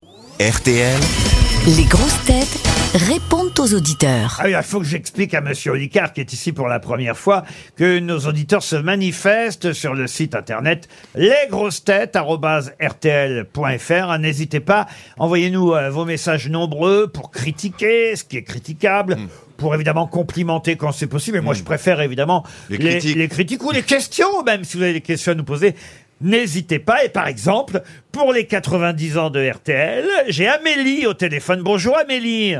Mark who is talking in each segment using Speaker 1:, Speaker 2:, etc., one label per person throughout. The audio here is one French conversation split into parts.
Speaker 1: RTL.
Speaker 2: Les grosses têtes répondent aux auditeurs.
Speaker 3: Ah oui, il faut que j'explique à Monsieur Olicard, qui est ici pour la première fois, que nos auditeurs se manifestent sur le site internet lesgrossetêtes.rtl.fr. Ah, N'hésitez pas, envoyez-nous euh, vos messages nombreux pour critiquer ce qui est critiquable. Pour évidemment complimenter quand c'est possible. Et moi, je préfère évidemment Hmm. les critiques. les critiques ou les questions, même si vous avez des questions à nous poser. N'hésitez pas. Et par exemple, pour les 90 ans de RTL, j'ai Amélie au téléphone. Bonjour Amélie.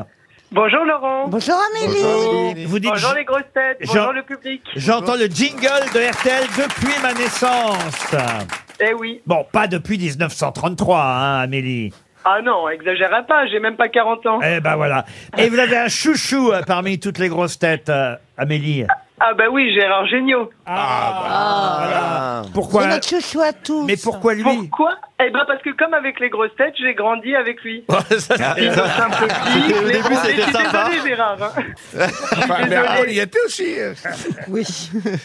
Speaker 4: Bonjour Laurent.
Speaker 5: Bonjour Amélie.
Speaker 3: Vous dites
Speaker 4: Bonjour les grosses têtes.
Speaker 3: Jean-
Speaker 4: Bonjour le public.
Speaker 3: J'entends le jingle de RTL depuis ma naissance.
Speaker 4: Eh oui.
Speaker 3: Bon, pas depuis 1933, hein, Amélie.
Speaker 4: Ah non, exagérez pas, j'ai même pas 40 ans.
Speaker 3: Eh ben voilà. Et vous avez un chouchou euh, parmi toutes les grosses têtes, euh, Amélie.
Speaker 4: Ah bah oui, Gérard Géniaud.
Speaker 3: Ah, voilà.
Speaker 5: C'est
Speaker 3: Pourquoi
Speaker 5: notre chouchou à tous.
Speaker 3: Mais pourquoi lui
Speaker 4: Pourquoi Eh ben parce que comme avec les grosses têtes, j'ai grandi avec lui. Il me simplifie,
Speaker 6: Au
Speaker 4: mais
Speaker 6: début,
Speaker 4: bon,
Speaker 6: c'était
Speaker 4: je suis
Speaker 6: sympa.
Speaker 4: désolée, Gérard. hein.
Speaker 7: il y était aussi. euh.
Speaker 5: Oui.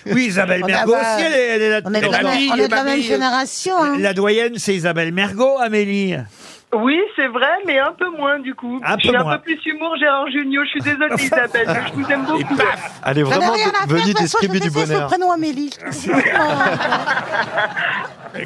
Speaker 3: Oui, Isabelle
Speaker 5: On
Speaker 3: Mergo
Speaker 5: a-
Speaker 3: aussi, elle est, elle est la,
Speaker 5: On est de la,
Speaker 3: la-
Speaker 5: même- on est de la même génération. hein.
Speaker 3: la doyenne, c'est Isabelle Mergo, Amélie.
Speaker 4: Oui, c'est vrai, mais un peu moins du coup.
Speaker 3: Un peu
Speaker 4: je suis
Speaker 3: moins.
Speaker 4: un peu plus humour, Gérard Géniaud. Je suis désolée, Isabelle, mais je vous aime beaucoup.
Speaker 6: Elle est
Speaker 5: J'en ai
Speaker 6: vraiment
Speaker 5: rien à faire, de
Speaker 6: venue
Speaker 5: toute façon, je
Speaker 6: distribuer du
Speaker 5: vais essayer
Speaker 6: bonheur.
Speaker 5: son prénom Amélie.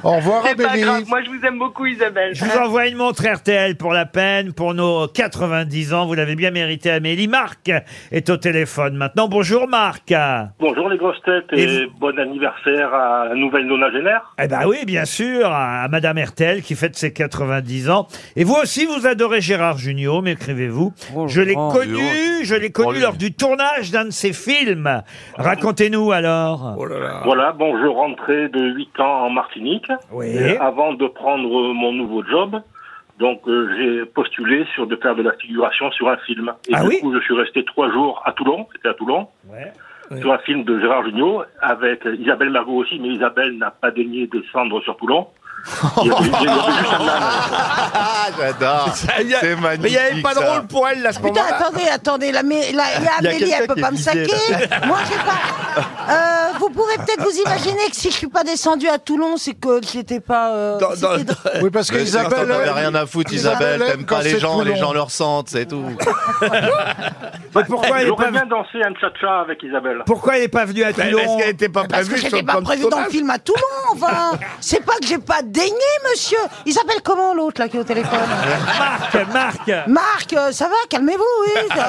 Speaker 7: Au revoir,
Speaker 4: C'est pas grave,
Speaker 7: Amélie.
Speaker 4: moi je vous aime beaucoup, Isabelle.
Speaker 3: Je vous
Speaker 5: Euh.
Speaker 3: envoie une montre RTL pour la peine, pour nos 90 ans. Vous l'avez bien mérité, Amélie. Marc est au téléphone maintenant. Bonjour, Marc. Eh
Speaker 8: Bonjour les grosses têtes et,
Speaker 3: Et
Speaker 8: bon anniversaire à la nouvelle nonagénaire.
Speaker 3: ben oui, bien sûr, à à Madame RTL qui fête ses 90 ans. Et vous aussi, vous adorez Gérard Junior, m'écrivez-vous.
Speaker 6: Oh,
Speaker 3: Je l'ai connu, je l'ai connu lors du tournage d'un de ses films. Racontez-nous
Speaker 7: Oh
Speaker 3: alors.
Speaker 8: Voilà, bon, je rentrais de 8 ans en Martinique
Speaker 3: Oui.
Speaker 8: Et avant de prendre euh, mon nouveau job. Donc euh, j'ai postulé sur de faire de la figuration sur un film. Et
Speaker 3: Ah
Speaker 8: du
Speaker 3: oui
Speaker 8: coup, je suis resté trois jours à Toulon, c'était à Toulon,
Speaker 3: Ouais.
Speaker 8: sur un film de Gérard Jugnot, avec euh, Isabelle Margot aussi, mais Isabelle n'a pas daigné descendre sur Toulon. Il y avait- il y avait juste un âne.
Speaker 6: Ah, j'adore. C'est magnifique.
Speaker 7: Mais il n'y avait pas de
Speaker 6: ça.
Speaker 7: rôle pour elle là, à ce
Speaker 5: Putain,
Speaker 7: moment-là.
Speaker 5: attendez, attendez. La, mais, la- la
Speaker 6: Il y a
Speaker 5: Amélie,
Speaker 6: quelqu'un
Speaker 5: elle peut
Speaker 6: qui
Speaker 5: pas
Speaker 6: est
Speaker 5: me
Speaker 6: visé,
Speaker 5: saquer. Moi, j'ai pas. Euh, vous pourrez peut-être vous imaginer que si je suis pas descendue à Toulon, c'est que j'étais pas. euh,
Speaker 7: Dans-
Speaker 5: c'était
Speaker 7: dans-
Speaker 5: dans-
Speaker 7: Oui, parce que
Speaker 6: Mais c'est quand
Speaker 7: Isabelle.
Speaker 6: t'en as
Speaker 7: elle-
Speaker 6: rien à foutre,
Speaker 7: Isabelle
Speaker 6: Isabelle.
Speaker 7: aime
Speaker 6: T'aimes
Speaker 7: quand
Speaker 6: pas
Speaker 7: c'est
Speaker 6: les gens,
Speaker 7: tout
Speaker 6: les
Speaker 7: long.
Speaker 6: gens leur sentent, c'est tout.
Speaker 3: Mais pourquoi elle est
Speaker 8: J'aurais
Speaker 3: pas,
Speaker 8: bien dansé un cha-cha avec Isabelle.
Speaker 3: pourquoi elle est pas venue à
Speaker 7: Parce
Speaker 3: Toulon?
Speaker 7: qu'elle n'était pas
Speaker 5: Parce
Speaker 7: prévue.
Speaker 5: que
Speaker 7: sur
Speaker 5: j'étais
Speaker 7: le
Speaker 5: pas
Speaker 7: plan de
Speaker 5: prévue dans le
Speaker 7: tournage.
Speaker 5: film à Toulon, enfin C'est pas que j'ai pas daigné, monsieur Il s'appelle comment l'autre, là, qui est au téléphone
Speaker 3: Marc, Marc.
Speaker 5: Marc, euh, ça va, calmez-vous, oui ça va.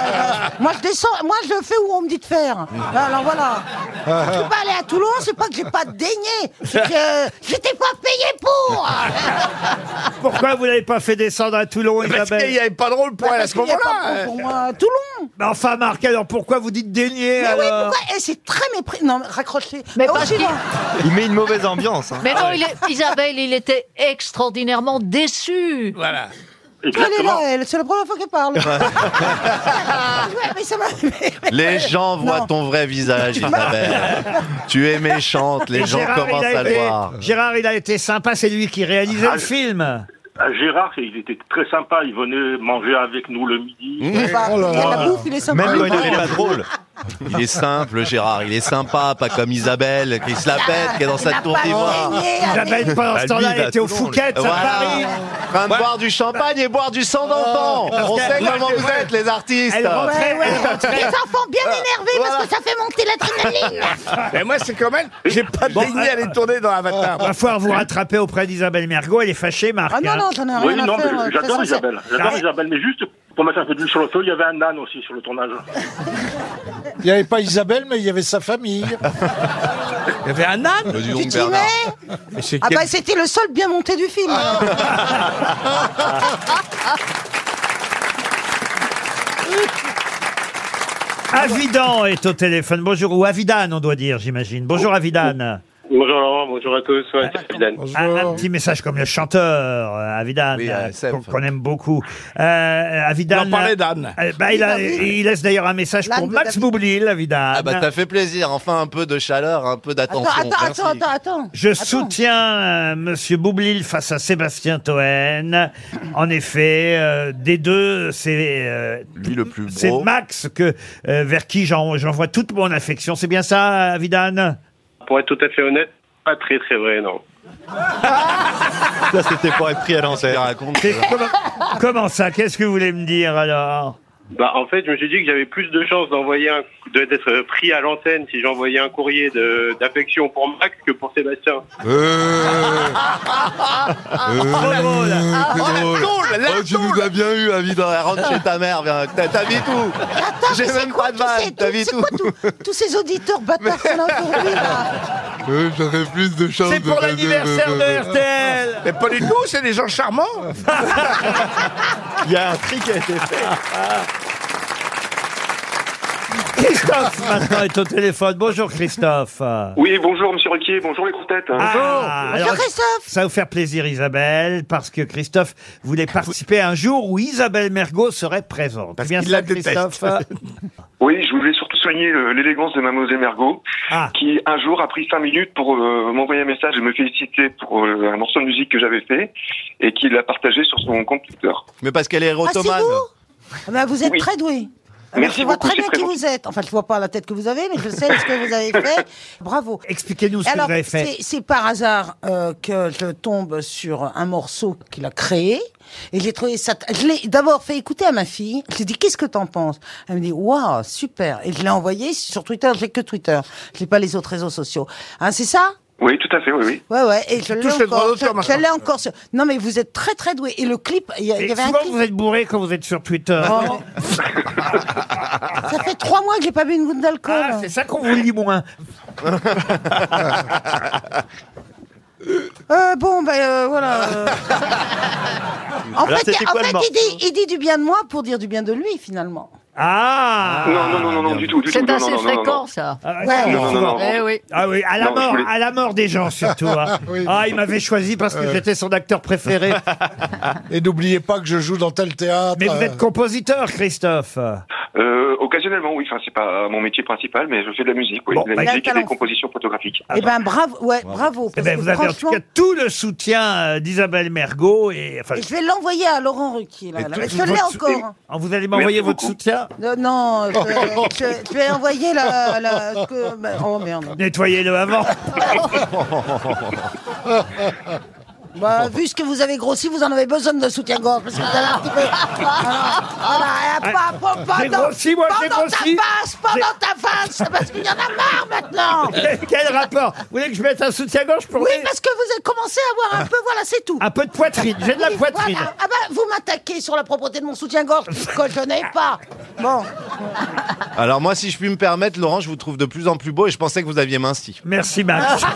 Speaker 5: Moi, je descends, moi, je le fais où on me dit de faire Alors, voilà Je peux pas aller à Toulon, c'est pas que j'ai pas daigné C'est que j'étais pas payé pour
Speaker 3: Pourquoi vous l'avez pas fait descendre à Toulon,
Speaker 7: Parce
Speaker 3: Isabelle?
Speaker 7: qu'il n'y avait pas de rôle pour elle à
Speaker 5: Parce
Speaker 7: ce
Speaker 5: qu'il y a pas
Speaker 7: moment-là.
Speaker 5: de bon pour moi à Toulon
Speaker 3: Mais enfin, Marc, alors pourquoi vous dites dénier
Speaker 5: Mais oui,
Speaker 3: alors
Speaker 5: pourquoi Eh, C'est très mépris... Non, mais Ah raccrochez Mais pas
Speaker 6: Il met une mauvaise ambiance.
Speaker 7: hein.
Speaker 9: Mais non, il est- Isabelle, il était extraordinairement déçu.
Speaker 7: Voilà.
Speaker 5: Elle est là,
Speaker 8: Exactement.
Speaker 5: elle, c'est la première fois qu'elle parle Ouais, mais ça m'a...
Speaker 6: Les gens voient
Speaker 5: Non.
Speaker 6: ton vrai visage, Isabelle. tu es méchante, les gens commencent
Speaker 3: il a
Speaker 6: à le
Speaker 3: été,
Speaker 6: voir.
Speaker 3: Gérard, il a été sympa, c'est lui qui réalisait le film.
Speaker 8: Ah, Gérard, il était très sympa, il venait manger avec nous le midi.
Speaker 5: Bah, La bouffe, il est sympa
Speaker 6: Même quand il n'est pas drôle. Il est simple, Gérard, il est sympa, pas comme Isabelle, qui se
Speaker 7: Ah,
Speaker 6: la pète, qui est dans
Speaker 5: Il
Speaker 6: sa
Speaker 5: n'a
Speaker 6: tour
Speaker 5: pas
Speaker 6: d'ivoire.
Speaker 5: daigné, Amélie.
Speaker 3: Isabelle, pendant
Speaker 6: Bah,
Speaker 3: ce
Speaker 6: lui,
Speaker 3: temps-là,
Speaker 6: il va
Speaker 3: elle était au
Speaker 6: à Toulon,
Speaker 3: Fouquet, à Paris.
Speaker 6: Voilà. En train de boire du champagne et boire du sang d'enfant.
Speaker 7: Oh,
Speaker 6: On sait comment vous êtes, les artistes.
Speaker 3: Elle rentrait, elle rentrait.
Speaker 5: Les enfants bien énervés parce que ça fait monter l'adrénaline.
Speaker 7: Mais moi, c'est quand même. J'ai pas
Speaker 3: Bon,
Speaker 7: daigné à les tourner dans Avatar.
Speaker 3: Va falloir vous rattraper auprès d'Isabelle Mergot, elle est fâchée, Marc.
Speaker 5: Ah non,
Speaker 3: hein.
Speaker 5: non, j'en ai rien
Speaker 8: Oui,
Speaker 5: à
Speaker 8: non,
Speaker 5: faire.
Speaker 8: mais
Speaker 5: de toute façon,
Speaker 8: j'adore Isabelle. J'adore
Speaker 3: Ah.
Speaker 8: Isabelle, mais juste pour mettre un peu d'huile sur le feu, il y avait un âne aussi sur le tournage.
Speaker 7: Il n'y avait pas Isabelle, mais il y avait sa famille. Il y avait un âne.
Speaker 6: Dis
Speaker 5: c'est-
Speaker 6: donc,
Speaker 5: Tu t'y
Speaker 6: Bernard.
Speaker 5: mets Ah bah c'était le seul bien monté du film.
Speaker 3: Avidan est au téléphone. Bonjour, ou Avidan, on doit dire, j'imagine.
Speaker 6: Oh.
Speaker 3: Bonjour, Avidan.
Speaker 8: Bonjour Laurent, bonjour à tous. Ouais, c'est Zidane.
Speaker 3: Un, un petit message comme le chanteur, euh, Avidan,
Speaker 6: Oui, euh,
Speaker 3: euh,
Speaker 6: Seb.
Speaker 3: qu'on- qu'on aime beaucoup. Euh, Avidan.
Speaker 7: On en parlait d'âne.
Speaker 3: euh, bah, il, a- il laisse d'ailleurs un message
Speaker 5: L'âne
Speaker 3: pour
Speaker 5: de
Speaker 3: Max
Speaker 5: David.
Speaker 3: Boublil, Avidan.
Speaker 6: Ah bah t'as fait plaisir, enfin un peu de chaleur, un peu
Speaker 5: Attends,
Speaker 6: d'attention.
Speaker 5: attends,
Speaker 6: Merci.
Speaker 5: attends, attends, attends.
Speaker 3: Je
Speaker 5: Attends.
Speaker 3: soutiens euh, Monsieur Boublil face à Sébastien Toen. En effet, euh, des deux, c'est euh,
Speaker 6: Lui le plus
Speaker 3: c'est
Speaker 6: gros.
Speaker 3: Max que euh, vers qui j'en- j'envoie toute mon affection. C'est bien ça, Vidane
Speaker 8: Pour être tout à fait honnête, pas très très vrai, non.
Speaker 6: Ça, c'était pour être pris à l'envers. raconte.
Speaker 3: Qu'est- comment, comment ça Qu'est-ce que vous voulez me dire alors
Speaker 1: Bah, en fait, je me suis dit que j'avais plus de chances d'envoyer un, de- d'être pris à l'antenne si j'envoyais un courrier de- d'affection pour Max que pour Sébastien.
Speaker 6: Ah, oh, la
Speaker 1: drôle.
Speaker 6: tôle, la
Speaker 1: Oh, tu nous
Speaker 6: tôle. bien eu, à vider. Rentre chez ta mère, viens. T'as t'as vu tout. J'ai même pas de vanne. T'as vu tout.
Speaker 5: Tous ces auditeurs bâtards qu'on a aujourd'hui, là.
Speaker 10: J'aurais plus de chance.
Speaker 5: C'est
Speaker 7: euh,
Speaker 5: pour l'anniversaire de
Speaker 3: RTL.
Speaker 10: Mais pas du tout, c'est des gens charmants.
Speaker 6: Il y a un tri qui a été fait.
Speaker 3: Christophe maintenant est au téléphone. Bonjour Christophe.
Speaker 1: Oui, bonjour Monsieur Ruquier, bonjour les grosses têtes.
Speaker 3: Ah, alors, Ça va vous faire plaisir Isabelle, parce que Christophe
Speaker 5: Ah,
Speaker 3: voulait participer un jour où Isabelle Mergot serait présente. C'est bien
Speaker 10: qu'il
Speaker 3: ça,
Speaker 10: la déteste.
Speaker 3: Christophe
Speaker 11: Oui, je voulais surtout soigner euh, l'élégance de Mademoiselle Mergot,
Speaker 9: Ah.
Speaker 3: Ah,
Speaker 11: qui un jour a pris cinq minutes pour euh, m'envoyer un message et me féliciter pour euh, un morceau de musique que j'avais fait et qui l'a partagé sur son compte Twitter.
Speaker 6: Mais parce qu'elle est
Speaker 11: rotomane.
Speaker 5: Ah ben, vous êtes très doué.
Speaker 11: Merci
Speaker 5: je vois
Speaker 11: beaucoup,
Speaker 5: très
Speaker 11: c'est
Speaker 5: bien
Speaker 11: très
Speaker 5: qui
Speaker 11: gentil.
Speaker 5: vous êtes. Enfin, je vois pas la tête que vous avez, mais je sais ce que vous avez fait. Bravo.
Speaker 3: Expliquez-nous ce que
Speaker 5: Alors,
Speaker 3: vous avez fait.
Speaker 5: c'est- C'est par hasard euh, que je tombe sur un morceau qu'il a créé. Et j'ai trouvé ça. Je l'ai d'abord fait écouter à ma fille. Je lui ai dit qu'est-ce que t'en penses Elle me dit waouh super. Et je l'ai envoyé sur Twitter. J'ai que Twitter. Je n'ai pas les autres réseaux sociaux. Hein, c'est ça
Speaker 11: Oui, tout à fait, oui, oui.
Speaker 5: Ouais, ouais, et je l'ai
Speaker 11: touches le droit
Speaker 5: encore.
Speaker 11: d'auteur,
Speaker 5: Je, je l'ai encore sur- Non, mais vous êtes très, très doué. Et le clip, il y, a- il y
Speaker 3: Et
Speaker 5: avait un
Speaker 3: souvent
Speaker 5: clip.
Speaker 3: vous êtes bourré quand vous êtes sur Twitter. Ah,
Speaker 5: Oh. Ça fait trois mois que j'ai pas bu une goutte d'alcool.
Speaker 3: Ah, c'est ça qu'on vous lit moins.
Speaker 5: Euh, bon, ben euh, voilà. euh. en
Speaker 3: Alors,
Speaker 5: fait,
Speaker 3: c'était
Speaker 5: il- en
Speaker 3: quoi le
Speaker 5: fait,
Speaker 3: morceau
Speaker 5: il, dit, il dit du bien de moi pour dire du bien de lui, finalement.
Speaker 3: Ah
Speaker 11: Non, non, non, non, non, du tout, du tout.
Speaker 9: C'est
Speaker 11: non,
Speaker 9: assez
Speaker 11: non, non, non, non.
Speaker 9: fréquent, ça.
Speaker 11: Non, non, non, non.
Speaker 9: Eh oui.
Speaker 3: Ah oui, à la
Speaker 11: Non, je
Speaker 3: mort,
Speaker 11: voulais-
Speaker 3: à la mort des gens surtout. hein.
Speaker 7: Oui.
Speaker 3: Ah, il m'avait choisi parce que
Speaker 7: Euh.
Speaker 3: j'étais son acteur préféré.
Speaker 7: Et n'oubliez pas que je joue dans tel théâtre.
Speaker 3: Mais vous êtes compositeur, Christophe.
Speaker 11: Euh, occasionnellement, oui, enfin, c'est pas mon métier principal, mais je fais de la musique, oui.
Speaker 3: Bon,
Speaker 11: de la
Speaker 3: bah,
Speaker 11: musique et
Speaker 3: talent.
Speaker 11: des compositions photographiques.
Speaker 5: Eh ben bravo, ouais, bravo.
Speaker 3: Ah bah. Eh
Speaker 5: parce
Speaker 3: ben,
Speaker 5: que
Speaker 3: vous avez en tout
Speaker 5: franchement,
Speaker 3: cas tout le soutien euh, d'Isabelle Mergot et enfin.
Speaker 5: et je vais l'envoyer à Laurent Ruquier. Là, là, mais je l'ai encore. hein.
Speaker 3: Ah, Vous allez m'envoyer
Speaker 11: Merci
Speaker 3: votre
Speaker 11: beaucoup.
Speaker 3: soutien
Speaker 5: Non, non, je, je- je vais envoyer la. la- ce que- ben, oh merde.
Speaker 3: Nettoyez-le avant.
Speaker 5: Bah, vu ce que vous avez grossi, vous en avez besoin de soutien-gorge. Parce que vous avez un petit peu. Voilà, voilà, et pas- pas- pas
Speaker 3: J'ai
Speaker 5: dans-
Speaker 3: grossi, moi,
Speaker 5: pas
Speaker 3: j'ai
Speaker 5: dans
Speaker 3: grossi.
Speaker 5: ta face, pas dans ta face, parce qu'il y en a marre maintenant.
Speaker 3: Quel rapport Vous voulez que je mette un soutien-gorge pour
Speaker 5: Oui,
Speaker 3: les-
Speaker 5: parce que vous avez commencé à avoir un peu, voilà, c'est tout.
Speaker 3: un peu de poitrine J'ai de Ah, la
Speaker 5: Oui,
Speaker 3: poitrine.
Speaker 5: voilà. Ah bah, vous m'attaquez sur la propreté de mon soutien-gorge, que je n'ai pas. Bon.
Speaker 6: Alors, moi, si je puis me permettre, Laurent, je vous trouve de plus en plus beau et je pensais que vous aviez minci.
Speaker 3: Merci, Max.